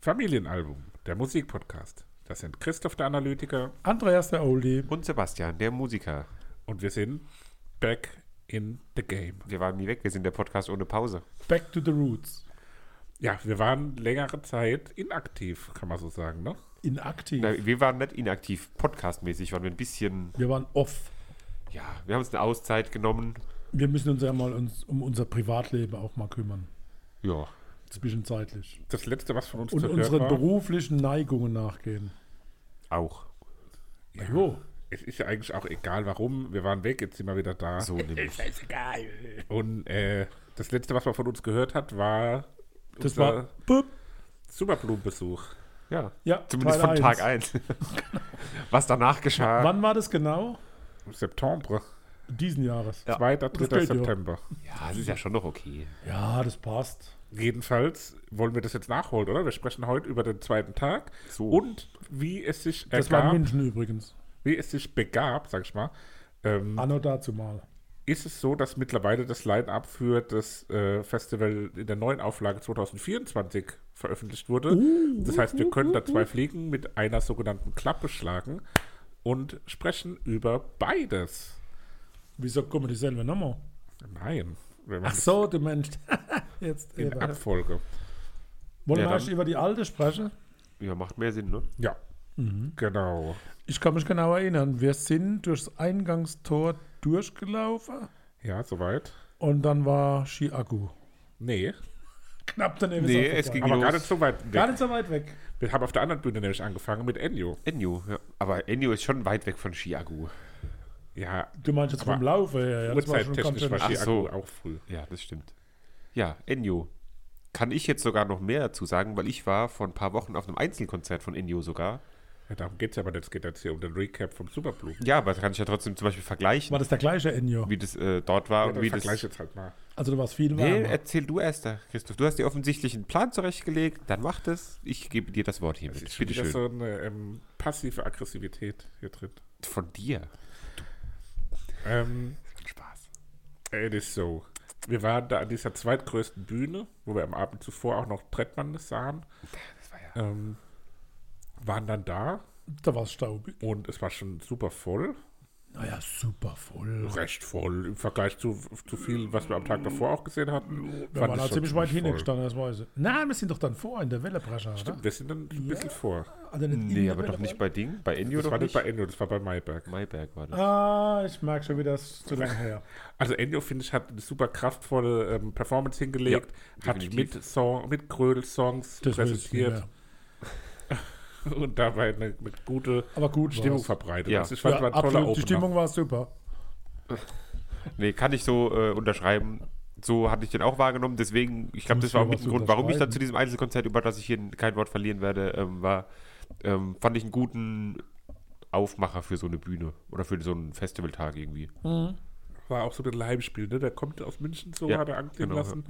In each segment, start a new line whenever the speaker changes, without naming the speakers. Familienalbum, der Musikpodcast. Das sind Christoph der Analytiker
Andreas der Oldie.
Und Sebastian, der Musiker.
und wir sind back in the game.
Wir waren nie weg, wir sind der Podcast ohne Pause.
Back to the Roots.
Ja, wir waren längere Zeit inaktiv, kann man so sagen, ne?
Inaktiv.
Na, wir waren nicht inaktiv, podcastmäßig waren wir ein bisschen,
Wir waren off.
ja, wir haben uns eine Auszeit genommen.
Wir müssen uns ja mal uns, um unser Privatleben auch mal kümmern.
Ja.
Zwischenzeitlich.
Das letzte, was von uns
Und
zu
unseren
hören war,
beruflichen Neigungen nachgehen.
Auch.
ja,
Jo.
es ist ja eigentlich auch egal, warum. Wir waren weg, jetzt sind wir wieder da.
So nämlich.
Scheißegal.
Und äh, das letzte, was man von uns gehört hat, war
Das
unser
war. Bup.
Superblumenbesuch.
Ja.
Ja,
Zumindest
Teil
von Tag 1. Was danach geschah.
Wann war das genau?
Im September,
Diesen Jahres.
Ja.
2.
Das
3.
geht, ja.
September.
Ja, das ist ja schon noch okay.
Ja, das passt.
Jedenfalls wollen wir das jetzt nachholen, oder? Wir sprechen heute über den zweiten Tag
So.
und wie es sich
Das war in
ergab,
München übrigens.
wie es sich begab, sag ich mal. Ähm,
Anno dazu mal.
ist es so, dass mittlerweile das Line-Up für das äh, Festival in der neuen Auflage 2024 veröffentlicht wurde.
Uh,
das heißt, wir können da zwei Fliegen mit einer sogenannten Klappe schlagen und sprechen über beides.
Wieso kommen dieselbe Nummer?
Nein, wenn man
Ach so, du Mensch. Jetzt.
in
Eva.
Abfolge.
Wollen wir
Ja, dann-
erst über die alte sprechen?
Ja, macht mehr Sinn, ne?
Ja,
Mhm.
genau.
Ich kann mich genau erinnern. Wir sind durchs Eingangstor durchgelaufen
Ja, soweit.
und dann war Ski-Akku.
Nee,
Knapp daneben
Nee,
er vorbei.
es ging-
aber
Los.
gar nicht so weit
gar
weg.
nicht so weit weg.
Wir haben auf der anderen Bühne nämlich angefangen mit Enyo.
Enyo, ja. Aber Enyo ist schon weit weg von Chiagu.
Ja,
Du meinst jetzt
Aber
vom Laufe her. Ja, das war schon ganz
Uhrzeittechnisch
schön.
war
Ach
Ski
so.
auch früh.
Ja, das stimmt. Ja, Enyo. Kann ich jetzt sogar noch mehr dazu sagen, weil ich war vor ein paar Wochen auf einem Einzelkonzert von Enyo sogar.
Ja, darum geht es ja aber jetzt geht jetzt hier um den Recap vom Superblumen.
Ja, aber das kann ich ja trotzdem zum Beispiel vergleichen,
War das der gleiche Ennio?
wie das äh, dort war
Ja,
und
dann
wie
vergleich
das.
jetzt halt mal.
Also du warst viel
Nee,
wärmer.
erzähl du erst, da, Christoph. Du hast dir offensichtlich einen Plan zurechtgelegt, dann mach das. Ich gebe dir das Wort hiermit.
Das ist schon
Bitte
wieder
schön.
so eine ähm, passive Aggressivität hier drin.
Von dir.
Ähm,
Spaß.
it is so. Wir waren da an dieser zweitgrößten Bühne, wo wir am Abend zuvor auch noch Trettmann sahen,
Das war ja.
ähm, waren dann da
Da war es staubig.
und es war schon super voll,
Naja, super voll.
recht voll im Vergleich zu, zu viel, was wir am Tag davor auch gesehen hatten.
Wir
Fand
waren
ich
da
schon
ziemlich weit
voll.
hingestanden, das weiß ich. Nein, wir sind doch dann vor in der Wellebrescher, oder?
Stimmt, wir sind dann ein bisschen vor.
Also nicht in
Nee,
der
aber doch
Welle-
nicht bei Ding, bei Enyo
Das
doch
war
nicht.
nicht bei Endo, das war bei Mayberg.
Maiberg war das.
Ah, ich merke schon wieder, das ist zu lange her.
Also Endo, finde ich, hat eine super kraftvolle ähm, Performance hingelegt,
Ja,
hat
definitiv.
mit, Song, mit Krödel-Songs
Das weiß ich nicht
präsentiert
mehr.
und dabei eine, eine gute
Aber gut war's.
Stimmung verbreitet.
Ja.
Das ist,
Ja,
war ein toller
absolut, die
Opener.
Stimmung war super.
Ah.
Nee, kann ich so äh, unterschreiben. So hatte ich den auch wahrgenommen. Deswegen, ich glaube,
Muss
das war auch
ja
mit
was
ein Grund, warum ich dann
unterschreiben.
zu diesem Einzelkonzert, über das ich hier kein Wort verlieren werde, ähm, war, ähm, fand ich einen guten Aufmacher für so eine Bühne oder für so einen Festivaltag irgendwie.
War auch so ein bisschen Heimspiel, ne? Der kommt aus München, so
Ja,
hat er anklingen
genau,
lassen.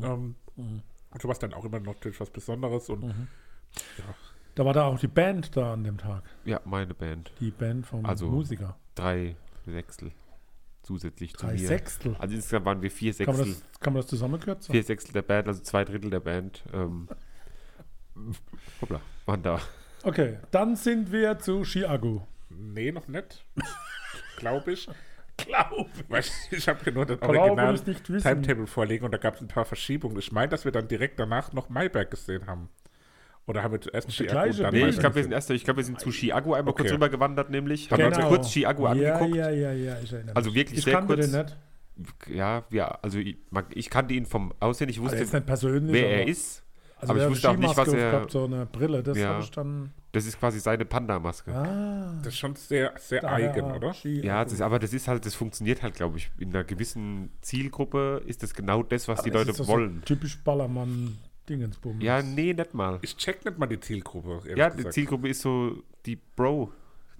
Ähm, und sowas dann auch immer noch natürlich was Besonderes und
Da war da auch die Band da an dem Tag.
Ja, meine Band.
Die Band vom
Also,
Musiker.
Drei Sechstel zusätzlich zu
Drei
mir.
Sechstel.
Also insgesamt waren wir vier
Kann man,
Sechstel.
das, kann man das zusammenkürzen?
Vier Sechstel der Band, also zwei Drittel der Band. Ähm, hoppla, waren da.
Okay, dann sind wir zu Chiago.
nee, noch nicht. Glaube ich.
Glaub.
Weil ich- ich habe hier nur den
Brauchen
original
wir's nicht wissen.
Timetable vorliegen und da gab es ein paar Verschiebungen. Ich meine, dass wir dann direkt danach noch Maiberg gesehen haben. Oder haben wir zuerst
der
Chiago
gleiche
dann
Nee, ich
Maiberg
glaube, wir
gesehen?
sind erst, ich glaube, wir sind zu Chiago einmal kurz
Okay.
rübergewandert, nämlich. Haben
Genau.
uns kurz Chiago angeguckt.
Ja, ja, ja, ja, ich erinnere mich.
Also wirklich
ich
sehr
kannte
kurz.
den nicht.
Ja, ja, also ich, man, ich kannte ihn vom Aussehen, ich
Also
wusste,
jetzt nicht persönlich.
wer er
aber-
ist.
also
aber
der
ich wusste auch nicht, was
Skimaske
er-
aufgehabt, so eine Brille, das
Ja.
habe ich dann.
Das ist quasi seine Panda-Maske.
Ah,
Das ist schon sehr, sehr eigen, oder?
Ski
Ja, das, aber das ist halt, das funktioniert halt, glaube ich. In einer gewissen Zielgruppe ist das genau das, was die Leute wollen.
typisch Ballermann-Dingensbumm.
Ja, nee, nicht mal.
Ich check nicht mal die Zielgruppe. ehrlich
Ja, die
gesagt.
Zielgruppe ist so die Bro,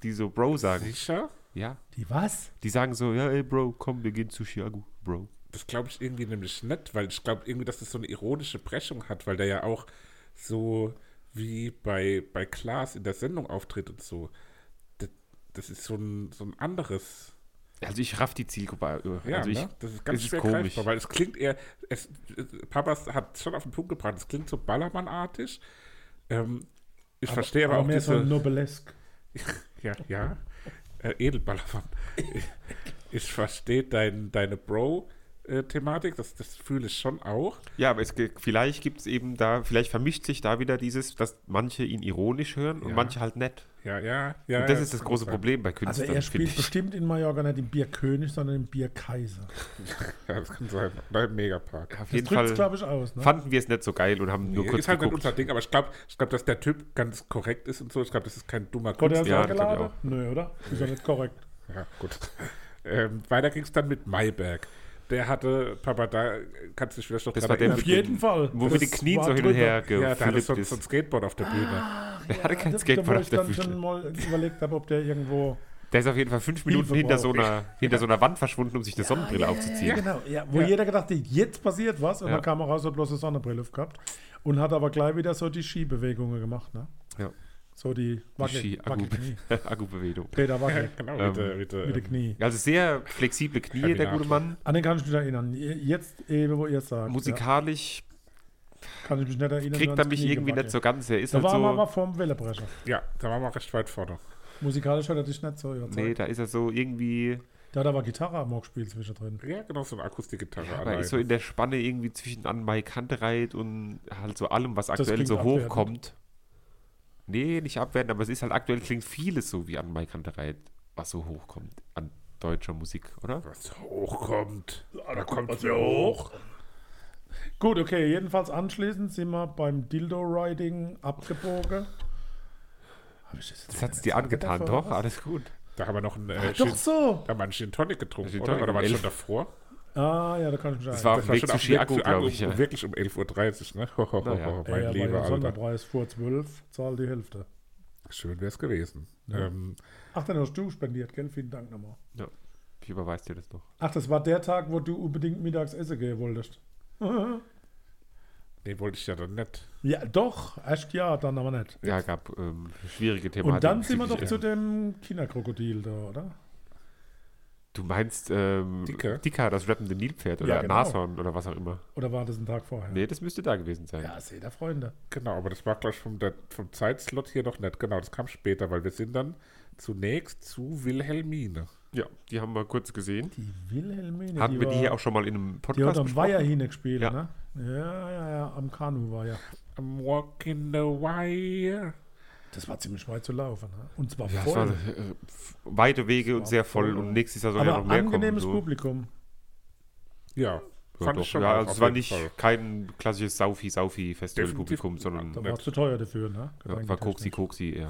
die so Bro sagen.
Sicher?
Ja,
Die was?
die sagen so, ja, ey, Bro, komm, wir gehen zu Chiago, Bro.
Das glaube ich irgendwie nämlich nicht, weil ich glaube irgendwie, dass das so eine ironische Brechung hat, weil der ja auch so wie bei, bei Klaas in der Sendung auftritt und so. Das, das ist so ein, so ein anderes.
Also ich raff die Zielgruppe.
Ja,
also ich,
ne? das ist ganz
es ist
schwer
komisch.
greifbar, weil es klingt eher, es, es, Papas hat schon auf den Punkt gebracht, es klingt so Ballermann-artig, Ähm, ich verstehe aber, auch
mehr so
diese.
Nobelesque.
ja, ja. Äh, Edelballermann. Ich, ich verstehe dein, deine Bro-Thematik, das, das fühle ich schon auch.
Ja, aber es, ge- vielleicht gibt es eben da, vielleicht vermischt sich da wieder dieses, dass manche ihn ironisch hören und
Ja.
manche halt nett.
Ja, ja, ja.
und das
ja,
ist das
kann
große
sein.
Problem bei
Also
Künstlern,
er
finde
spielt
ich.
bestimmt in Mallorca nicht den Bierkönig, sondern den Bierkaiser.
Ja, das kann sein. Oder im Megapark.
Auf
Das
jeden
drückt
Fall
es, glaube ich, aus. Ne?
fanden wir es nicht so geil und haben nur
Nee,
kurz
ist halt nicht
geguckt.
unser Ding, aber ich glaube, ich glaub, dass der Typ ganz korrekt ist und so. Ich glaube, das ist kein dummer
Wurde
Künstler.
er so
Ja, das glaub ich
geladen? Nö, oder? Ist ja nicht korrekt.
Ja, gut. ähm, weiter ging es dann mit Mayberg. Der hatte, Papa, da kannst du dich vielleicht noch
Das
dran
war der
erinnern.
Auf jeden Fall.
Wo mit den
Das
Knien
war
so hin und
drüber.
her
Ja, da hatte
geflippt
so, so ein
ist.
Skateboard auf der
Ah.
Bühne.
Der hatte kein
Das-
Skateboard
wo
auf der
ich dann schon
Bühne.
mal überlegt habe, ob der irgendwo.
Der ist auf jeden Fall fünf
Hilfe
Minuten hinter so,
braucht.
einer, hinter so einer Wand verschwunden, um sich eine Sonnenbrille aufzuziehen.
Ja, genau. Ja, wo jeder gedacht hat, jetzt passiert was. Und
Ja.
dann kam er raus, hat bloß eine Sonnenbrille aufgehabt. Und hat aber gleich wieder so die Skibewegungen gemacht. Ne?
Ja.
So die Wackel, Wackelknie.
Ski-Akku-Bewegung.
Peter Wackel
Genau,
Ähm,
mit, der- mit, der-
mit den Knie.
Also sehr flexible Knie, der
Terminator.
gute Mann.
An den kann ich mich nicht erinnern. Jetzt, eben, wo ihr es sagt.
Musikalisch
Ja, kann ich mich nicht erinnern.
kriegt er mich irgendwie nicht so ganz. Er ist
Da
halt
war man
so.
mal vorm Wellebrecher.
ja, da waren wir recht weit vorne.
Musikalisch hat er dich nicht so überzeugt.
Nee, da ist er so irgendwie.
Da hat aber Gitarre am Morgen gespielt zwischendrin.
Ja, genau, so eine Akustikgitarre.
Ah,
Er
allein.
ist so in der Spanne irgendwie zwischen an Mike Hantereit und halt so allem, was aktuell
klingt
so
abwertend.
hochkommt. Nee, nicht abwerten, aber es ist halt aktuell klingt vieles so wie an Mike Hantereit, was so hochkommt an deutscher Musik, oder?
was hochkommt. Da kommt was hoch.
Gut, okay, jedenfalls anschließend sind wir beim Dildo-Riding abgebogen. Hab ich das jetzt
Das hat es dir angetan, doch? Alles gut.
Da haben wir noch einen äh,
Ach,
Gin,
doch so!
da haben wir einen Gin Tonic getrunken,
Gin
oder?
Tonic
Oder war
um
es schon
elf.
davor?
Ah, ja, da kann ich mich
Das war auf dem Weg zu
dem Weg
Chiago,
zu Akku,
glaube ich. Ja.
Wirklich um 11.30 Uhr, ne? Ho, ho, ho,
Naja.
ho, mein
ja, ja, bei
lieber
dem
Alter.
Sonderpreis vor 12 zahlt die Hälfte.
Schön wäre es gewesen. Ähm,
Ach, dann hast du spendiert, gell? Vielen Dank nochmal.
Ja. Ich überweis dir das noch.
Ach, das war der Tag, wo du unbedingt mittags essen gehen wolltest.
nee, wollte ich ja dann nicht.
Ja, doch, echt ja, dann aber nicht.
Ja, gab ähm, schwierige äh, Thematiken.
Und dann sind wir doch
bezüglich-
zu dem Kinderkrokodil da, oder?
Du meinst ähm,
Dicker?
Dicker, das rappende Nilpferd oder
Ja, genau.
Nashorn oder was auch immer.
Oder war das ein Tag vorher?
Nee, das müsste da gewesen sein.
Ja, seht ihr, Freunde.
Genau, aber das war, glaube ich, vom, der, vom Zeitslot hier noch nicht. Genau, das kam später, weil wir sind dann zunächst zu Wilhelmine.
Ja, die haben wir kurz gesehen.
Die Wilhelmine.
Hatten wir die
war-
hier auch schon mal in einem
Die hat
Podcast
am Weiher hingespielt,
Ja.
ne? Ja, ja, ja, am Kanuweiher.
I'm walking the wire.
Das war ziemlich weit zu laufen, ne? Und zwar
Ja, es
voll.
waren äh, weite Wege und sehr voll und nächstes Jahr soll ja
aber
noch mehr
angenehmes
kommen.
Publikum.
Ja,
So. Ja, doch. ja,
auch
also
auf
es war
jeden
nicht
Fall.
kein klassisches Saufi-Saufi-Festivalpublikum, sondern
Da
Nett.
war es zu teuer dafür, ne?
ja, war Koksi-Koksi eher.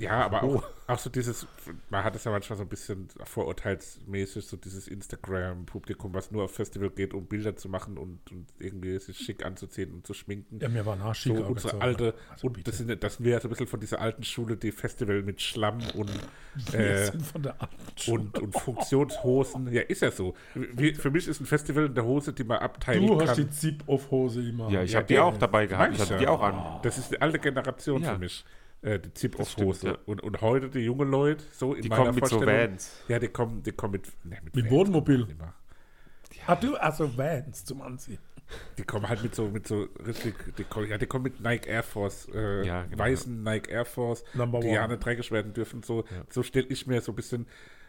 Ja, aber auch,
Oh.
auch so dieses, man hat es ja manchmal so ein bisschen vorurteilsmäßig, so dieses Instagram-Publikum, was nur auf Festival geht, um Bilder zu machen und, und irgendwie sich schick anzuziehen und zu schminken.
Ja, mir war
so
nachschick
unsere
ne?
alte,
Also
und das sind, das sind wir ja so ein bisschen von dieser alten Schule, die Festival mit Schlamm und,
Wir
äh,
sind von der alten Schule.
und, und Funktionshosen. Ja, ist ja so. Wie, für mich ist ein Festival in der Hose, die man abteilen
Du
kann.
hast die Zip-Off-Hose immer.
Ja, ich
Ja,
habe die
der-
auch dabei gehabt. Ich
Meinst
hatte
du?
die auch an.
Das ist die alte Generation
Ja.
für mich. Äh, die zip off
stimmt,
hose
ja.
und, und heute die jungen Leute, so in
Die
meiner
kommen mit so
Vorstellung-
Vans.
Ja, die kommen, die kommen mit, nee,
Mit
Vans
Wohnmobil.
kommen die immer.
Ah, du, also Vans zum Anziehen.
Die kommen halt mit so, mit so richtig, die kommen, ja, die kommen mit Nike Air Force, äh,
Ja, genau.
weißen Nike Air Force,
Number
die
one.
ja nicht dreckig werden dürfen. So, so stelle ich mir so ein bisschen,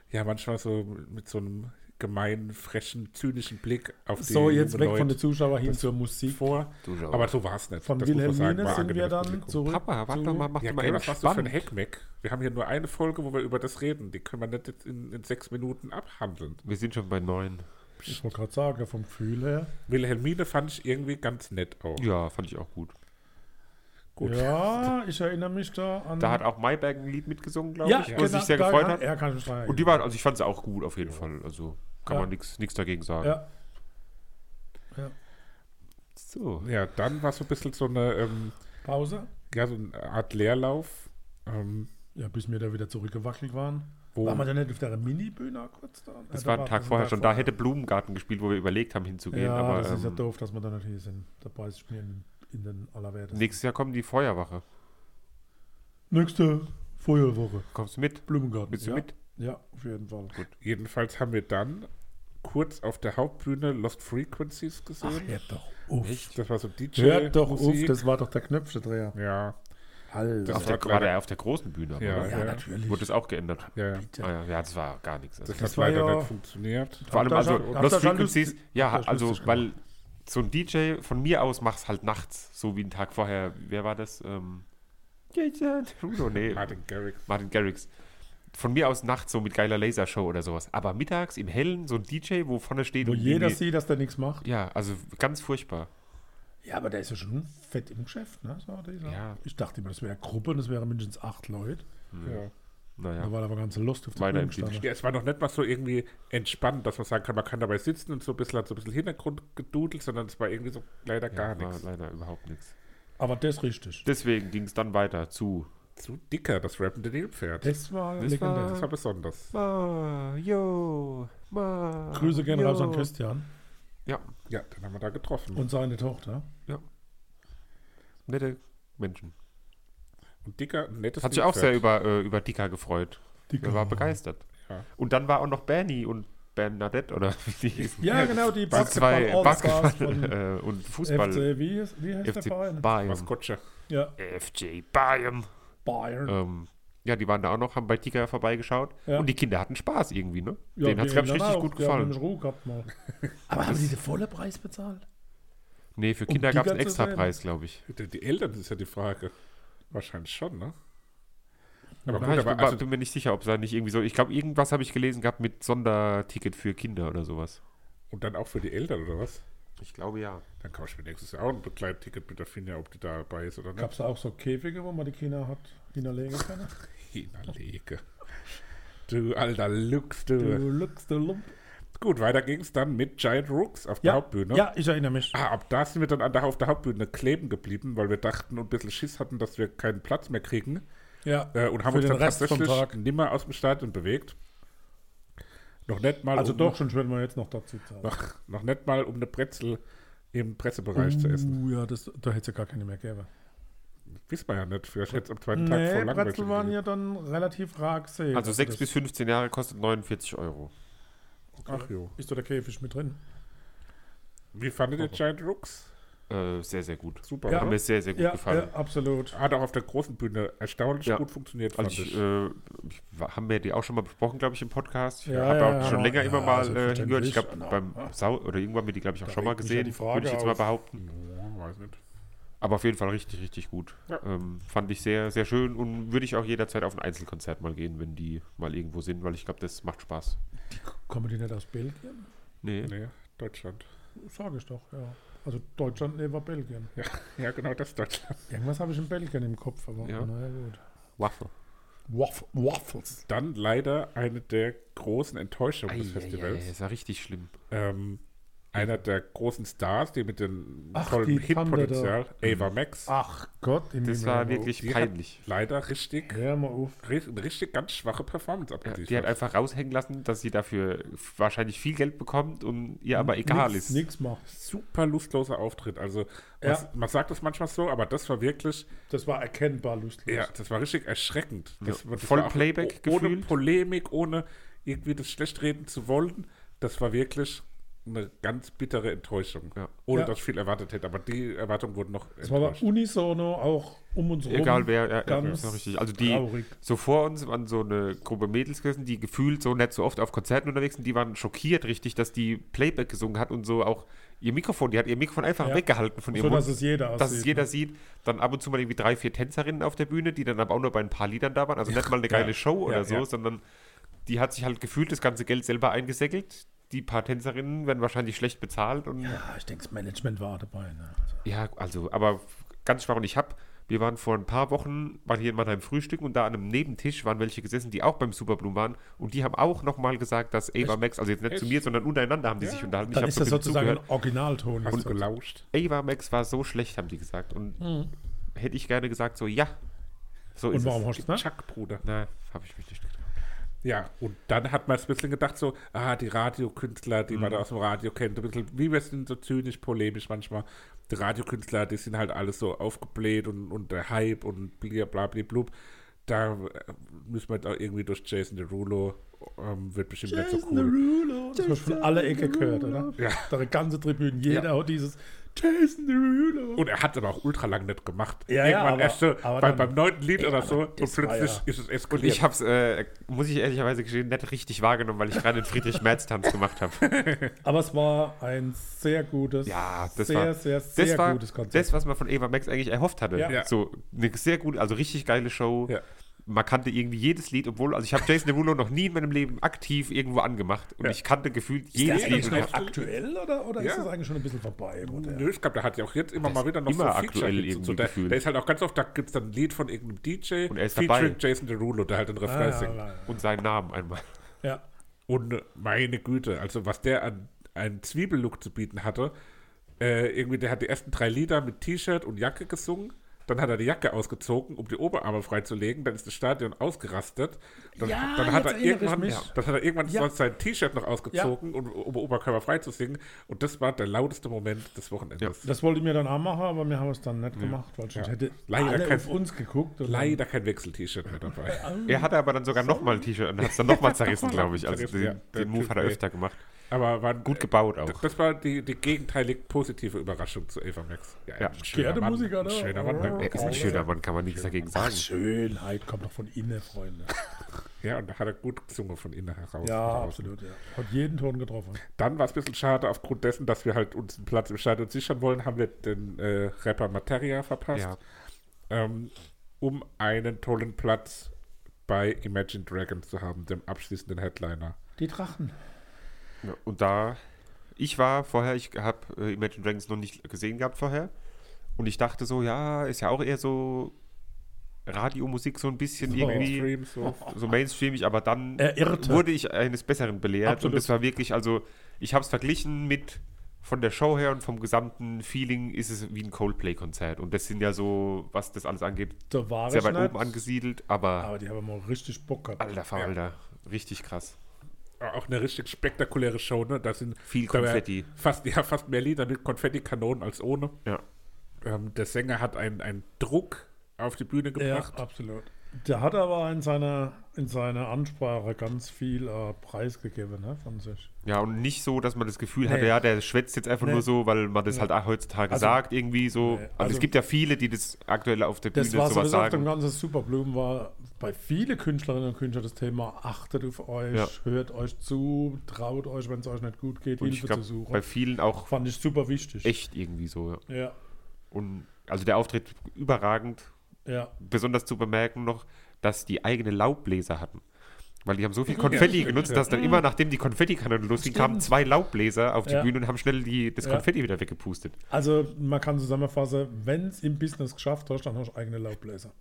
ja, manchmal so mit so einem gemeinen, frechen, zynischen Blick auf die
So, jetzt
jungen
weg von
Leute
den Zuschauern hin zur Musik.
vor.
Zuschauer.
Aber so war es nicht.
Von
Das muss man
Wilhelmine
war
sind wir
angenehmes
dann
Publikum.
zurück.
Papa, warte
zu-
doch mal, mach
Ja,
doch mal
Gell, was machst du für ein
entspannt.
Heckmeck? Wir haben hier nur eine Folge, wo wir über das reden. Die können wir nicht jetzt in, in sechs Minuten abhandeln.
Wir sind schon bei neun.
Ich wollte gerade sagen, vom Gefühl her.
Wilhelmine fand ich irgendwie ganz nett auch.
Ja, fand ich auch gut.
Gut.
Ja, ich erinnere mich da an.
Da hat auch Mayberg ein Lied mitgesungen, glaube
Mhm. ja,
ich,
genau,
was sich sehr
da
gefreut
kann-
hat.
Er kann mich dran
Und die waren, also ich fand sie auch gut auf jeden Fall. Also kann
Ja.
man nichts dagegen sagen.
Ja.
So.
Ja, dann war so ein bisschen so eine, ähm,
Pause.
ja, so eine Art Leerlauf. Ähm,
Ja, bis wir da wieder zurückgewackelt waren.
Wo-
Waren wir da nicht auf der Mini-Bühne auch kurz da? also
Das war ein Tag vorher schon. Da hätte Blumengarten gespielt, wo wir überlegt haben hinzugehen.
Ja,
aber
das ist ja
ähm,
doof, dass wir da nicht hier sind. Da beiß ich mir in, in den Allerwertesten.
nächstes Jahr kommen die Feuerwache.
Nächste Feuerwoche.
Kommst du mit?
Blumengarten.
Willst du
ja.
mit?
Ja, auf jeden Fall.
jedenfalls haben wir dann kurz auf der Hauptbühne Lost Frequencies gesehen.
Hört doch auf.
Das war so DJ.
Hört doch auf,
Musik.
das war doch der Knöpfchendreher.
ja,
Alter.
Das
Auf der,
hat
war
leider-
der auf der großen Bühne, aber,
Ja,
oder?
ja.
natürlich.
Wurde das auch geändert?
ja, ja.
Ah, ja, ja, das war gar nichts. Also.
Das,
Das
hat
war
leider
ja-
nicht funktioniert.
Vor allem,
Habt ihr
also,
schon- habt
Lost
ihr schon
Frequencies,
lustig-
ja,
habt ihr schon
also,
lustig
weil so ein DJ von mir aus mach's halt nachts, so wie einen Tag vorher. Wer war das? Ähm, Jason Derulo, nee,
Martin Garrix.
Martin Garrix. Von mir aus nachts so mit geiler Lasershow oder sowas. Aber mittags im Hellen so ein DJ, wo vorne steht
Wo
und
jeder
irgendwie-
sieht, dass der nichts macht.
Ja, also ganz furchtbar.
Ja, aber der ist ja schon fett im Geschäft, ne? So, dieser.
Ja.
Ich dachte immer, das wäre eine Gruppe und das wären mindestens acht Leute.
Ja.
Naja,
Da war aber ganz Lust auf
Weiter im
gestanden.
ja, es war noch nicht mal so irgendwie entspannt, dass man sagen kann, man kann dabei sitzen und so ein bisschen hat so ein bisschen Hintergrund gedudelt, sondern es war irgendwie so leider gar
war
nichts.
leider überhaupt nichts.
Aber das ist richtig.
Deswegen ging es dann weiter zu
Zu dicker, das rappende Nilpferd.
Das war
Das war-
legendär.
Das war besonders.
Mario, Mario.
Grüße gehen raus an Christian
Ja,
Ja, den haben wir da getroffen.
und seine Tochter.
nette Menschen.
Und dicker, ein nettes
Hat sich auch sehr
Nilpferd.
über, äh, über Dika gefreut.
Die
Er war begeistert.
Ja.
Und dann war auch noch Bernie und Bernadette oder wie die hießen.
Ja, genau, die
Die zwei
Basketball-All-Stars von
Basketball äh, und Fußball.
FC, wie, ist- wie heißt
FC
der Verein?
Was
Bayern.
Kutsche.
Ja,
FC Bayern.
Bayern.
Ähm, ja, die waren da auch noch, haben bei Tika vorbeigeschaut.
Ja.
Und die Kinder hatten Spaß irgendwie, ne?
Ja,
Denen hat es,
die
glaube ich,
dann
richtig
auch.
gut
Die haben
gefallen.
nämlich Ruhe gehabt mal. Aber haben die den vollen Preis bezahlt?
Nee, für
Um
Kinder gab
Dika
es einen
zu
extra
sehen.
Preis, glaube ich.
Die, die Eltern ist ja die Frage. Wahrscheinlich schon, ne? Aber
Ja,
gut,
ich
aber
bin,
also,
bin mir nicht sicher, ob es da nicht irgendwie so. Ich glaube, irgendwas habe ich gelesen gehabt mit Sonderticket für Kinder oder sowas.
und dann auch für die Eltern oder was?
Ich glaube ja.
Dann kaufe ich mir nächstes Jahr auch ein Begleitticket mit der Finja, ob die dabei ist oder
Gab
nicht.
es da auch so Käfige, wo man die Kinder hat hinterlegen können?
Hinterlege. Du alter Lux, du.
Du lux, du lump.
Gut, weiter ging es dann mit Giant Rooks auf der
Ja,
Hauptbühne.
ja, ich erinnere mich.
Ah, ab da sind wir dann an der, auf der Hauptbühne kleben geblieben, weil wir dachten und ein bisschen Schiss hatten, dass wir keinen Platz mehr kriegen.
Ja,
Äh, und haben
für
uns
den
dann
Rest vom
tatsächlich
Tag.
nimmer aus dem Stadion bewegt. Noch nicht mal
Also
um,
doch, schon schön, wenn wir jetzt noch dazu zahlen.
Noch, noch nicht mal um eine Brezel im Pressebereich zu essen.
Uh, ja, das, da hätte es ja gar keine mehr gegeben.
Wissen wir ja nicht. Vielleicht hätte es am zweiten Tag
Nee,
voll langweilig
Brezel waren
gegeben.
ja dann relativ rar gesehen.
Also 6
das
bis 15 Jahre kostet 49 Euro.
Ach jo.
Ist da der Käfig mit drin?
Wie fandet ihr Giant Rooks?
Äh, sehr, sehr gut.
Super,
Ja.
Hat
oder?
mir sehr, sehr gut
Ja,
gefallen.
ja, absolut.
Hat auch auf der großen Bühne erstaunlich
Ja.
gut funktioniert, fand
Also ich,
ich.
äh, ich, wa- haben wir die auch schon mal besprochen, glaube ich, im Podcast. Ich
Ja,
habe
ja,
auch
ja,
schon
ja.
länger immer
Ja,
mal äh,
selbstverständlich.
hingehört. Ich glaube,
Genau.
beim Sau oder irgendwann mir die, glaube ich, auch schon mal
regt mich ja
gesehen.
die Frage
Würde ich jetzt mal
auf.
behaupten.
Hm, Ja, weiß nicht.
Aber auf jeden Fall richtig, richtig gut.
Ja.
Ähm, fand ich sehr, sehr schön und würde ich auch jederzeit auf ein Einzelkonzert mal gehen, wenn die mal irgendwo sind, weil ich glaube, das macht Spaß.
Kommen die nicht aus Belgien?
Nee.
Nee, Deutschland.
Sage ich doch, ja. Also Deutschland nee, war Belgien.
Ja, genau das Deutschland.
Irgendwas habe ich in Belgien im Kopf, aber
Ja.
naja gut.
Waffe.
Waff Waffles.
Dann leider eine der großen Enttäuschungen des Festivals.
Das war richtig schlimm.
Ähm, einer der großen Stars, die mit dem
Ach,
tollen
die kannte
Hitpotenzial, Ava Max,
Ach Gott, im
Das
Himmel, hör
war
mal
wirklich
die hat-
Mhm. peinlich.
leider richtig,
auf. Hör mal auf.
ri- eine richtig ganz schwache Performance
Ja,
abgeliefert.
Äh, die
halt
hat einfach raushängen lassen, dass sie dafür wahrscheinlich viel Geld bekommt und ihr aber egal
nix,
ist.
Nix macht.
super lustloser Auftritt. Also
Ja.
was, man sagt das manchmal so, aber das war wirklich,
Das war erkennbar lustig.
ja, das war richtig erschreckend. Das,
Ja.
war- das
Voll
war auch
Playback
o- ohne
gefühlt.
Polemik, ohne irgendwie das schlecht reden zu wollen. Das war wirklich eine ganz bittere Enttäuschung.
Ja.
Ohne
Ja.
dass ich viel erwartet hätte, aber die Erwartungen wurden noch
Das war aber
enttäuscht.
unisono auch um uns rum.
Egal wer, ja, ja,
ganz
ist auch richtig. Also die
traurig.
so vor uns waren so eine Gruppe Mädels gewesen, die gefühlt so nicht so oft auf Konzerten unterwegs sind, die waren schockiert richtig, dass die Playback gesungen hat und so auch ihr Mikrofon, die hat ihr Mikrofon einfach
Ja.
weggehalten von ihrem
So,
Mund,
dass es jeder
dass es
aussieht,
jeder
ne?
sieht. Dann ab und zu mal irgendwie drei, vier Tänzerinnen auf der Bühne, die dann aber auch nur bei ein paar Liedern da waren. Also nicht mal eine geile
ja.
Show oder
Ja,
so,
ja.
sondern die hat sich halt gefühlt das ganze Geld selber eingesäckelt. Die paar Tänzerinnen werden wahrscheinlich schlecht bezahlt und
Ja, Ah, ich denke, das Management war dabei. Ne?
ja, also, aber ganz schwach. Und ich habe, wir waren vor ein paar Wochen, waren hier in Mannheim frühstücken und da an einem Nebentisch waren welche gesessen, die auch beim Superbloom waren. Und die haben auch nochmal gesagt, dass Ava Max, also jetzt nicht zu mir, sondern untereinander haben die sich unterhalten.
Dann
hab
ist das
so ein bisschen
sozusagen ein Originalton.
Hast du gelauscht?
zugehört. Ava Max war so schlecht, haben die gesagt. Und hätte ich gerne gesagt, so, ja, so
Und
ist
warum
es.
hast du es, ne?
Chuck, Bruder.
Nein, habe ich mich nicht getraut.
Ja, und dann hat man es ein bisschen gedacht, so, ah, die Radiokünstler, die
Mhm.
man da aus dem Radio kennt, ein bisschen, wie wir sind so zynisch, polemisch manchmal. Die Radiokünstler, die sind halt alles so aufgebläht und, und der Hype und bla bla bla blub. da äh, müssen wir da irgendwie durch Jason Derulo, ähm, wird bestimmt nicht so
Jason
cool.
Derulo. Das hast du von alle Ecke gehört, oder?
Ja.
Da ganze Tribüne, jeder
Ja.
hat dieses Jason Derulo.
Und er hat es aber auch ultra lang nicht gemacht.
Ja, ja,
Irgendwann
aber-
erst so
aber
bei,
dann-
beim neunten Lied oder so und
das war
plötzlich
ja-
ist es
Und
eskaliert.
ich hab's, äh, muss ich ehrlicherweise gestehen, nicht richtig wahrgenommen, weil ich gerade den Friedrich-Merz-Tanz gemacht habe.
Aber es war ein sehr gutes,
Ja, das
sehr,
war,
sehr, sehr
das war
gutes Konzept.
das, was man von Eva Max eigentlich erhofft hatte.
Ja.
Ja.
So eine sehr gute, also richtig geile Show.
Ja.
Man kannte irgendwie jedes Lied, obwohl, also ich habe Jason Derulo noch nie in meinem Leben aktiv irgendwo angemacht und
Ja.
ich kannte gefühlt jedes
der
Lied.
eigentlich
Und
noch
Lied.
aktuell oder, oder
Ja.
ist das eigentlich schon ein bisschen vorbei? Modern?
Nö, ich glaube, der hat ja auch jetzt immer mal wieder noch
immer
so
aktuell
Feature-Hits und so.
irgendwie
Der,
gefühlt.
der ist halt auch ganz oft, da gibt es dann ein Lied von irgendeinem DJ
Und er ist
featuring
dabei.
Jason Derulo, der halt den
Ah,
Refrain
ja,
singt.
ja,
und seinen Namen einmal.
ja.
Und äh, meine Güte, also was der an einen Zwiebellook zu bieten hatte, äh, irgendwie, der hat die ersten drei Lieder mit T-Shirt und Jacke gesungen. Dann hat er die Jacke ausgezogen, um die Oberarme freizulegen. Dann ist das Stadion ausgerastet. Dann,
Ja,
dann, hat, er
jetzt erinnere ich
irgendwann,
mich.
ja, dann hat er irgendwann
Ja.
sonst sein T-Shirt noch ausgezogen, um, um Oberkörper freizusingen. Und das war der lauteste Moment des Wochenendes.
Das wollte ich mir dann auch machen, aber wir haben es dann nicht gemacht, weil schon
Ja.
hätte
Leider
alle
kein-
auf uns geguckt. Und
Leider kein Wechsel-T-Shirt mehr dabei.
Er hatte aber dann sogar nochmal ein T-Shirt und hat es dann nochmal zerrissen, glaube ich. Also
Zerrissen,
den,
ja. Der
den Move
Typ,
hat er
ey.
öfter gemacht.
Aber waren,
Gut gebaut
D-
auch.
Das war die, die gegenteilig positive Überraschung zu Ava Max.
Ja.
ein schöner
Geehrte
Mann,
Musiker,
ein
ne?
Schöner Mann. ne?
Er ist ein schöner Mann, kann man nichts dagegen
Ach,
sagen.
Schönheit kommt doch von innen, Freunde.
Ja, und da hat er gut gesungen von innen heraus.
Ja,
Draußen.
absolut. Ja. Hat jeden Ton getroffen.
Dann war es ein bisschen schade, aufgrund dessen, dass wir halt uns einen Platz im Stadion sichern wollen, haben wir den äh, Rapper Materia verpasst,
Ja.
ähm, um einen tollen Platz bei Imagine Dragons zu haben, dem abschließenden Headliner.
Die Drachen.
Ja, Und da, ich war vorher, ich habe äh, Imagine Dragons noch nicht gesehen gehabt vorher. Und ich dachte so, ja, ist ja auch eher so Radiomusik so ein bisschen irgendwie.
Mainstream, so.
So mainstreamig, aber dann
Er irrte.
wurde ich eines Besseren belehrt.
Absolut.
Und das war wirklich, also ich habe es verglichen mit von der Show her und vom gesamten Feeling ist es wie ein Coldplay-Konzert. Und das sind ja so, was das alles angeht,
Da war
sehr
ich
weit
nicht,
oben angesiedelt, aber
Aber die haben mal richtig Bock gehabt.
alter Verwalter, richtig krass.
Auch eine richtig spektakuläre Show, ne? Da sind
Viel
da wär
Konfetti.
Fast, ja, fast mehr Lieder mit Konfettikanonen als ohne.
Ja.
Ähm, der Sänger hat einen, einen Druck auf die Bühne
Ja,
gebracht.
absolut. Der hat aber in seiner, in seiner Ansprache ganz viel äh, preisgegeben ne, von sich.
Ja, und nicht so, dass man das Gefühl
Nee.
hatte, ja, der schwätzt jetzt einfach
Nee.
nur so, weil man das halt auch heutzutage
Also-
sagt, irgendwie so.
Nee,
Also,
also-
es gibt ja viele, die das aktuell auf der Bühne
Das war
sowas
sowieso auf dem
sagen.
ganzen Superblumen war bei vielen Künstlerinnen und Künstlern das Thema, achtet auf euch,
Ja.
hört euch zu, traut euch, wenn es euch nicht gut geht,
Und ich
Hilfe
glaube,
zu suchen.
bei vielen auch
Fand ich super wichtig.
echt irgendwie so. Ja.
Ja,
Und also der Auftritt überragend,
ja.
besonders zu bemerken noch, dass die eigene Laubbläser hatten. Weil die haben so viel Konfetti
stimmt,
genutzt,
ja.
dass dann immer, nachdem die Konfettikanonen losging, kamen zwei Laubbläser auf die
Mhm. Ja.
Bühne und haben schnell die, das
Ja.
Konfetti wieder weggepustet.
Also man kann zusammenfassen, wenn es im Business geschafft hast, dann hast du eigene Laubbläser.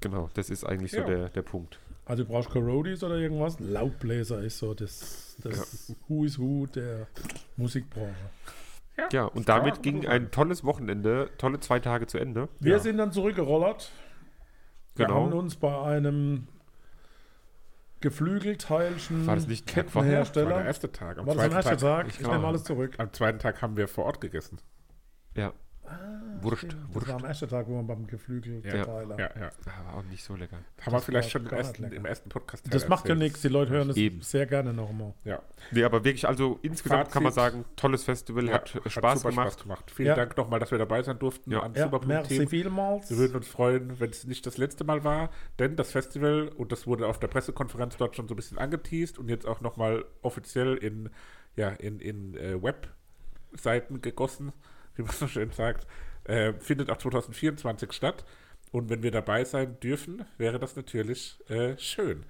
Genau, das ist eigentlich
Ja.
so der, der Punkt.
Also du brauchst keine Roadies oder irgendwas. Laubbläser ist so das, das Who is Who der Musikbranche.
Ja, und
Ja,
damit ging ein tolles Wochenende, tolle zwei Tage zu Ende.
Wir
Ja.
sind dann zurückgerollert. Wir
Genau.
haben uns bei einem Geflügelteilchen
War das nicht Tag vorher?
Das war der
Kettenhersteller.
erste Tag. Am,
War das am
zweiten
ersten
Tag,
Tag? Ich,
glaube.
nehme alles zurück.
am zweiten Tag haben wir vor Ort gegessen.
Ja. Wurscht,
Das
Wurscht.
war am ersten Tag, wo man beim Geflügelteiler.
Ja, ja.
Ah, War auch nicht so lecker.
Haben wir vielleicht
war
schon im
gar nicht
ersten,
lecker.
im ersten Podcast
Das macht ja
erzählt.
nichts, die Leute hören es
Eben.
sehr gerne nochmal.
Ja,
Nee, aber wirklich, also insgesamt kann man
Fazit.
sagen, tolles Festival,
ja,
hat äh, Spaß
super
gemacht.
Spaß gemacht. Vielen
Ja.
Dank nochmal, dass wir dabei sein durften
Ja.
an
Ja,
Superbowl
merci
Team.
vielmals.
Wir würden uns freuen, wenn es nicht das letzte Mal war, denn das Festival, und das wurde auf der Pressekonferenz dort schon so ein bisschen angeteased und jetzt auch nochmal offiziell in, ja, in, in äh, Webseiten gegossen, wie man so schön sagt, äh, findet auch 2024 statt. Und wenn wir dabei sein dürfen, wäre das natürlich äh, schön.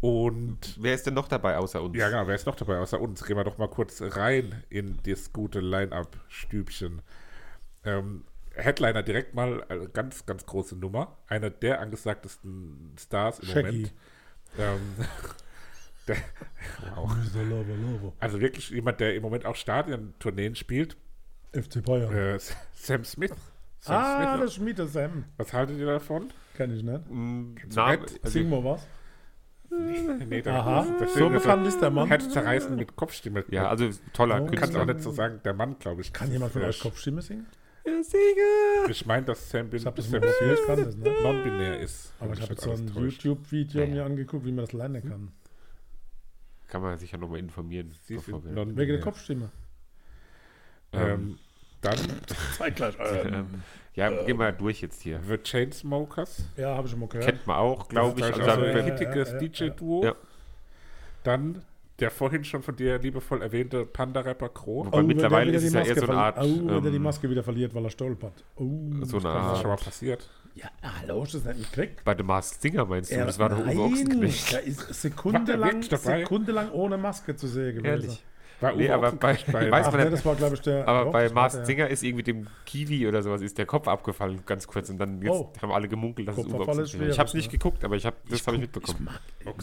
Und
Wer ist denn noch dabei außer uns?
ja, genau, wer ist noch dabei außer uns? Gehen wir doch mal kurz rein in das gute Line-Up-Stübchen. Ähm, Headliner direkt mal, also ganz, ganz große Nummer. Einer der angesagtesten Stars im
Shaggy.
Moment. Ähm, der, wow. Also wirklich jemand, der im Moment auch Stadiontourneen spielt.
FC Bayern.
Äh, Sam Smith. Sam
Oh. Ah,
Smith.
das Schmiede Sam.
Was haltet ihr davon?
Kenn ich nicht.
Mm,
Kennst du
Name,
Red?
also,
Sing mal was.
Nee, da-
Aha,
da
so
steht nur
bekannt
also
ist der Mann.
Herz zerreißen mit Kopfstimme.
ja, also toller
Oh.
kannst auch
Künstler.
nicht so sagen, der Mann, glaube ich.
Kann jemand von
Äh,
euch Kopfstimme singen?
Sieger!
Ich meine, dass Sam Bin
Ich hab das
Sam
mal probiert,
Smith
kann das, ne?
non-binär ist.
Aber
Wenn
ich habe
mich
jetzt so
alles
ein
täuscht.
YouTube-Video
Naja.
mir angeguckt, wie man das lernen kann.
Kann man sich ja nochmal informieren.
Sie
bevor
sind
Wegen
wir-
der
non-binär.
Kopfstimme.
Ähm, dann
Zeitgleich.
Ähm, ja, gehen wir durch jetzt hier.
The Chainsmokers.
Ja, habe ich schon mal gehört.
Kennt man auch, glaube ich.
Das ist
Also,
also
dann-
ein
dann-
ja,
hittiges
ja, ja,
DJ-Duo.
ja.
Dann der vorhin schon von dir liebevoll erwähnte Panda-Rapper Kro.
Wobei
Oh, wenn der
mittlerweile
wieder
ist
die
es ja eher
Maske
so eine
verli-
Art.
Oh, wenn der die
ähm,
Maske wieder verliert, weil er stolpert. Oh,
So eine
das
Das
kann
ist
Art-
schon
sein.
mal passiert.
Ja, ah, hallo, ist das nicht gekriegt?
Bei The Masked Singer meinst du?
Er-
das war doch Uwe
Nein,
Ochsenknecht.
da ist
War der
sekundenlang,
wirklich dabei?
sekundendelang ohne Maske zu sehen gewesen.
Ehrlich.
War
Nee, aber bei, weiß
Ach,
man
nee,
nicht,
das war, glaube ich, der.
aber
doch,
bei
das war
Mars
der
Singer ist irgendwie dem Kiwi oder sowas ist der Kopf abgefallen, ganz kurz. Und dann jetzt
Oh.
haben alle gemunkelt, dass es
Kopfabfall
Uwe
ist
Ochsenknecht ist.
schwierig,
Ich habe es nicht
ne?
geguckt, aber ich hab, das habe ich mitbekommen.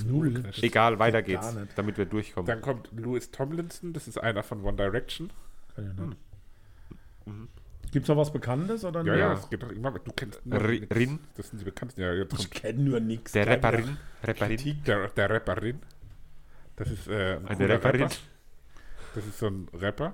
Null.
Egal, weiter
Geht
geht's,
gar nicht.
damit wir durchkommen.
Dann kommt Louis Tomlinson, das ist einer von One Direction.
Kann ja nicht. Gibt's noch was Bekanntes? Oder
Ja,
nicht?
ja,
Ja.
es gibt doch immer, du kennst
Ri-
nix.
Rin.
Das sind die bekannten. Ja, jetzt
Ich
kommt
kenne nur nichts.
Der Rapperin, Rapperin,
Kritik der, der Rapperin. Das ist äh, ein
eine
cooler
Rapperin.
Rapper. Das ist so ein Rapper.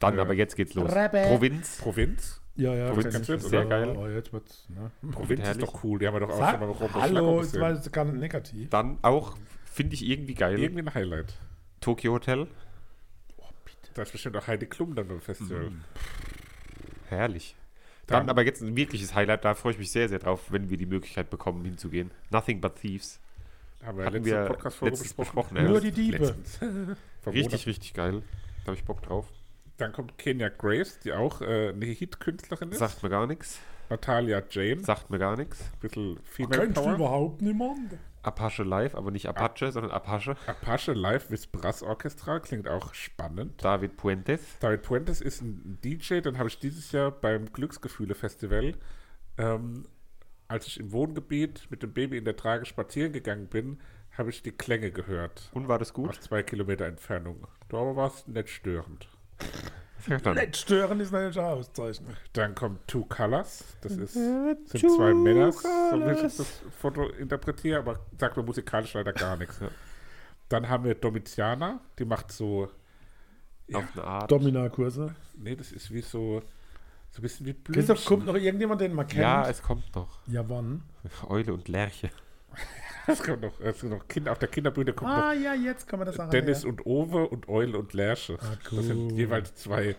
Dann
Äh,
aber jetzt geht's los.
Rapper.
Provinz.
Provinz.
Ja, ja,
Provinz
kenn ich.
Kennst du?
Sehr
Ja,
geil.
Oh, jetzt wird's. Ne?
Provinz ist
herrlich.
doch cool. Die haben wir doch auch
Sag,
schon mal Robo
hallo,
Schlagobers
jetzt
gesehen.
war es gar nicht negativ.
Dann auch, finde ich irgendwie geil,
Irgendwie ein Highlight.
Tokyo Hotel.
Da ist bestimmt auch Heidi Klum dann beim Festival.
Mhm. Herrlich. Dann
Dann-
aber jetzt ein wirkliches Highlight, da freue ich mich sehr, sehr drauf, wenn wir die Möglichkeit bekommen, hinzugehen. Nothing but Thieves.
Haben wir
Hatten
letzte
wir
Podcast-Folge
letztens
besprochen.
besprochen. ja.
Nur die Diebe.
Letztens. Vor
richtig,
Monaten.
richtig geil. Da habe ich Bock drauf.
Dann kommt Kenya Grace, die auch äh, eine Hit-Künstlerin ist.
Sagt mir gar nichts.
Natalia Jane,
Sagt mir gar nichts.
ein bisschen Female
Kennst du
Power.
überhaupt niemanden?
Apache Live, aber nicht Apache, sondern Apache.
Apache Live with Brass Orchestra, klingt auch spannend.
David Puentes.
David Puentes ist ein DJ, den habe ich dieses Jahr beim Glücksgefühle-Festival, ähm, als ich im Wohngebiet mit dem Baby in der Trage spazieren gegangen bin, habe ich die Klänge gehört.
Und war das gut?
Aus zwei Kilometer Entfernung. Da war es nicht störend.
Dann.
Nicht stören ist natürlich ein Auszeichnung.
Dann kommt Two Colors. Das ist, sind zwei Männer, so wie ich das Foto interpretiere, aber sagt mir musikalisch leider gar nichts. Dann haben wir Domitiana, die macht so,
Auf eine Art.
Domina-Kurse.
nee, das ist wie so, so ein bisschen wie
Christoph,
Blümchen.
kommt noch irgendjemand, den man kennt?
Ja, es kommt noch.
ja wann?
Eule und Lerche.
Es kommt noch, es kommt noch Kind, auf der Kinderbühne kommt
Ah, ja, jetzt kann man das
noch
sagen.
Dennis und Owe und Eule und Lärsche.
Ah, cool.
Das sind jeweils zwei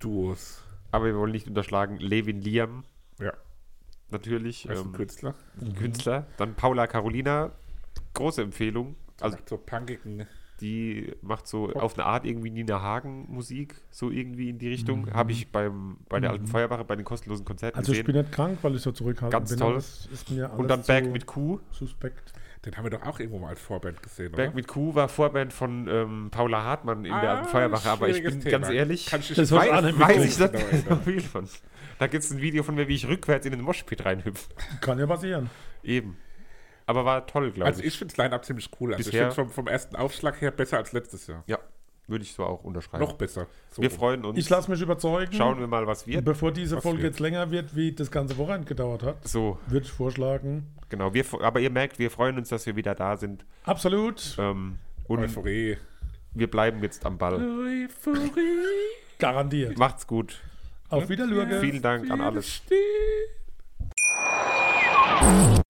Duos.
Aber wir wollen nicht unterschlagen, Levin Liam
Ja,
natürlich,
das ist ein
ähm,
Künstler.
Künstler. Dann Paula Carolina, große Empfehlung. Also
Macht so punkigen
die macht so auf eine Art irgendwie Nina Hagen Musik, so irgendwie in die Richtung.
Mhm.
Habe ich beim, bei der alten Feuerwache bei den kostenlosen Konzerten
Mhm. Also ich
gesehen.
bin nicht krank, weil ich so zurückhaltend
Ganz
bin.
toll.
Das ist mir alles
Und dann Berg
zu
mit Kuh.
Suspekt.
Den haben wir doch auch irgendwo mal als Vorband gesehen,
Berg mit Kuh war Vorband von ähm, Paula Hartmann in der
Ah,
alten Feuerwache, aber ich bin
schwieriges
ganz
Thema.
ehrlich,
Kann ich
Das
nicht
war-
weiß,
auch
weiß,
nicht
weiß ich
mitgekriegt.
nicht so viel von. Da gibt es ein Video von mir, wie ich rückwärts in den Moshpit reinhüpfe.
Kann ja passieren.
Eben. Aber war toll, glaube
Also
ich.
ich finde das Line-Up ziemlich cool. Also
Bisher-
ich finde vom, vom ersten Aufschlag her besser als letztes Jahr.
Ja, würde ich so auch unterschreiben.
Noch besser. So
wir
rum.
freuen uns.
Ich lasse mich überzeugen.
Schauen wir mal, was wir.
Bevor diese
Was
Folge
geht?
jetzt länger wird, wie das ganze Wochenende gedauert hat,
So,
würde ich vorschlagen.
genau. Wir, aber ihr merkt, wir freuen uns, dass wir wieder da sind.
Absolut.
Ähm, und
Euphorie.
wir bleiben jetzt am Ball.
Euphorie.
Garantiert.
Macht's gut.
Auf Wiederlurge.
Vielen Dank an alles.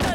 Da